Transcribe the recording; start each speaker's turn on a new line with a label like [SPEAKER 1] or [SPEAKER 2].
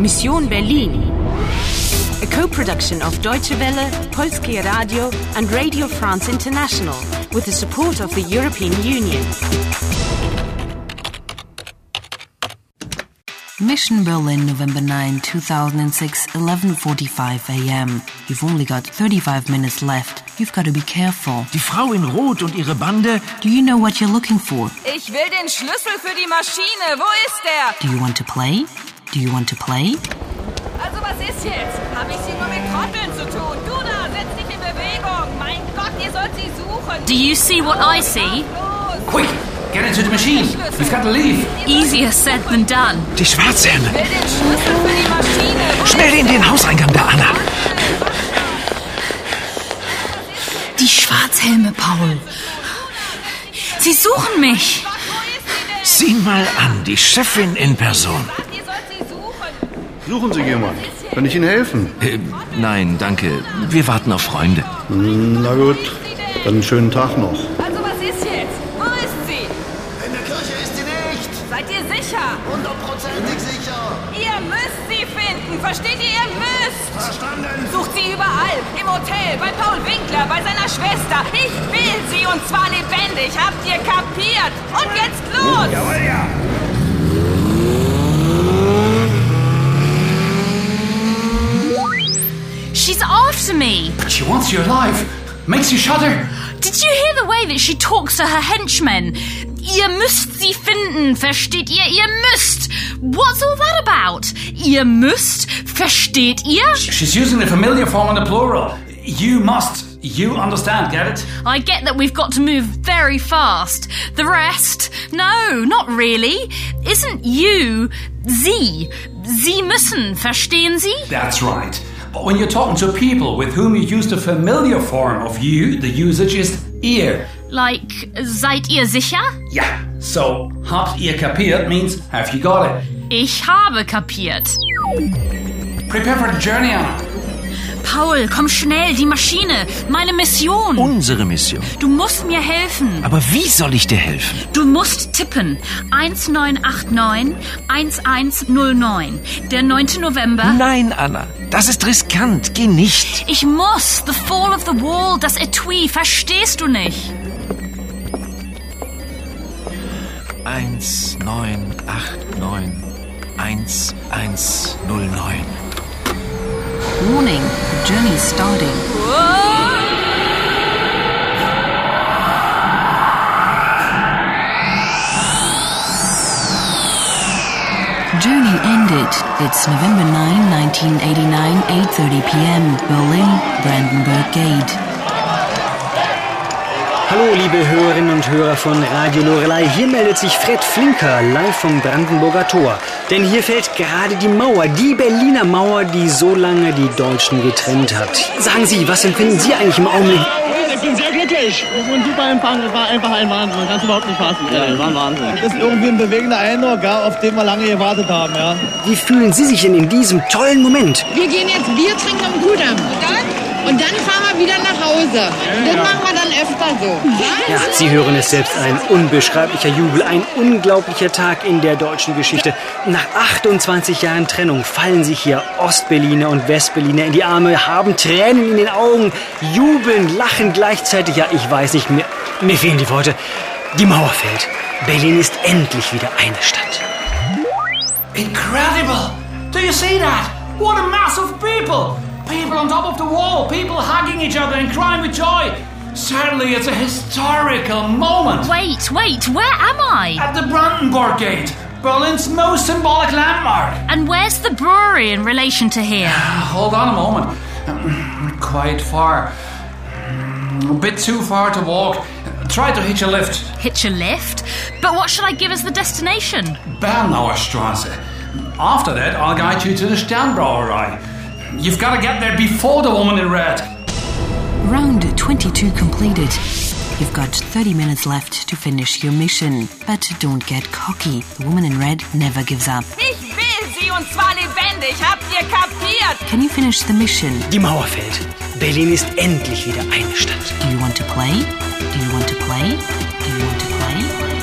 [SPEAKER 1] Mission Berlin. A co-production of Deutsche Welle, Polskie Radio and Radio France International with the support of the European Union.
[SPEAKER 2] Mission Berlin, November 9, 2006, 11:45 a.m. You've only got 35 minutes left. You've got to be careful.
[SPEAKER 3] Die Frau in Rot und ihre Bande.
[SPEAKER 2] Do you know what you're looking for?
[SPEAKER 4] Ich will den Schlüssel für die Maschine. Wo ist der?
[SPEAKER 2] Do you want to play? Do you want to play?
[SPEAKER 4] Also was ist jetzt? Habe ich hier nur mit Trotteln zu tun? Du da, setz dich in Bewegung. Mein Gott, ihr sollt sie suchen.
[SPEAKER 5] Do you see what I see?
[SPEAKER 4] Los.
[SPEAKER 3] Quick, get into the machine. You've got to leave.
[SPEAKER 5] Easier said than done.
[SPEAKER 3] Die Schwarzärmel.
[SPEAKER 4] Will den Schlüssel für die Maschine. Wo
[SPEAKER 3] Schnell in den Hauseingang da, Anna.
[SPEAKER 5] Die Schwarzhelme, Paul. Sie suchen mich.
[SPEAKER 3] Sieh mal an, die Chefin in Person.
[SPEAKER 4] ist- Ihr sollt sie suchen.
[SPEAKER 6] Suchen Sie jemanden. Kann ich Ihnen helfen?
[SPEAKER 3] Äh, nein, danke. Wir warten auf Freunde.
[SPEAKER 6] Hm, Na gut, dann einen schönen Tag noch.
[SPEAKER 4] Also was ist jetzt? Wo ist sie?
[SPEAKER 7] In der Kirche ist sie nicht!
[SPEAKER 4] Seid ihr sicher?
[SPEAKER 7] Hundertprozentig sicher!
[SPEAKER 4] Ihr müsst sie finden. Versteht ihr? Ihr müsst.
[SPEAKER 7] Verstanden!
[SPEAKER 4] Sucht sie überall. Im Hotel, bei Paul Winkler, bei seiner Schwester. Ich will sie und zwar lebendig. Habt ihr kapiert? Und jetzt los.
[SPEAKER 7] Jawohl, ja!
[SPEAKER 5] She's after me.
[SPEAKER 3] She wants your life. Makes you shudder.
[SPEAKER 5] Did you hear the way that she talks to her henchmen? Ihr müsst sie finden, versteht ihr? Ihr müsst. What's all that about? Ihr müsst, versteht ihr?
[SPEAKER 8] She's using the familiar form in the plural. You must. You understand, get it?
[SPEAKER 5] I get that we've got to move very fast. The rest? No, not really. Isn't you Sie? Sie müssen, verstehen Sie?
[SPEAKER 8] That's right. But when you're talking to people with whom you use the familiar form of you, the usage is ear.
[SPEAKER 5] Like, seid ihr sicher?
[SPEAKER 8] Yeah. So, habt ihr kapiert means have you got it?
[SPEAKER 5] Ich habe kapiert.
[SPEAKER 8] Prepare for the journey, Anna.
[SPEAKER 5] Paul, komm schnell, die Maschine, meine Mission.
[SPEAKER 3] Unsere Mission.
[SPEAKER 5] Du musst mir helfen.
[SPEAKER 3] Aber wie soll ich dir helfen?
[SPEAKER 5] Du musst tippen. 1989 1109. Der 9. November.
[SPEAKER 3] Nein, Anna. Das ist riskant. Geh nicht.
[SPEAKER 5] Ich muss. The Fall of the Wall, das Etui. Verstehst du nicht?
[SPEAKER 3] 1989 1109.
[SPEAKER 2] Warning, the journey's starting. Journey ended. It's November 9, 1989, 8:30 p.m. Berlin, Brandenburg Gate.
[SPEAKER 9] Hallo, liebe Hörerinnen und Hörer von Radio Lorelei. Hier meldet sich Fred Flinker live vom Brandenburger Tor. Denn hier fällt gerade die Mauer, die Berliner Mauer, die so lange die Deutschen getrennt hat. Sagen Sie, was empfinden Sie eigentlich im Augenblick?
[SPEAKER 10] Ich bin sehr glücklich. Und super Empfang, das war einfach ein Wahnsinn. Man kann es überhaupt nicht fassen. Ja, das war ein Wahnsinn. Das ist irgendwie ein bewegender Eindruck, ja, auf den wir lange gewartet haben. Ja.
[SPEAKER 9] Wie fühlen Sie sich denn in diesem tollen Moment?
[SPEAKER 11] Wir gehen jetzt Bier trinken am Kudamm. Und dann? Und dann fahren wir wieder nach Hause. das machen wir dann öfter so.
[SPEAKER 9] Ja, Sie hören es selbst, ein unbeschreiblicher Jubel, ein unglaublicher Tag in der deutschen Geschichte. Nach 28 Jahren Trennung fallen sich hier Ostberliner und Westberliner in die Arme, haben Tränen in den Augen, jubeln, lachen gleichzeitig. Ja, ich weiß nicht, mir, mir fehlen die Worte. Die Mauer fällt. Berlin ist endlich wieder eine Stadt.
[SPEAKER 8] Incredible! Do you see that? What a mass of people! People on top of the wall, people hugging each other and crying with joy. Certainly, it's a historical moment.
[SPEAKER 5] Wait, wait, where am I?
[SPEAKER 8] At the Brandenburg Gate, Berlin's most symbolic landmark.
[SPEAKER 5] And where's the brewery in relation to here?
[SPEAKER 8] Hold on a moment. Mm, Quite far. Mm, A bit too far to walk. Try to hitch a lift.
[SPEAKER 5] Hitch a lift? But what should I give as the destination?
[SPEAKER 8] Bernauer Straße. After that, I'll guide you to the Sternbrauerei. You've got to get there before the woman in red.
[SPEAKER 2] Round 22 completed. You've got 30 minutes left to finish your mission, but don't get cocky. The woman in red never gives up.
[SPEAKER 4] Ich will sie und zwar lebendig. Habt ihr kapiert?
[SPEAKER 2] Can you finish the mission?
[SPEAKER 9] Die Mauer fällt. Berlin ist endlich wieder eine Stadt.
[SPEAKER 2] Do you want to play? Do you want to play? Do you want to play?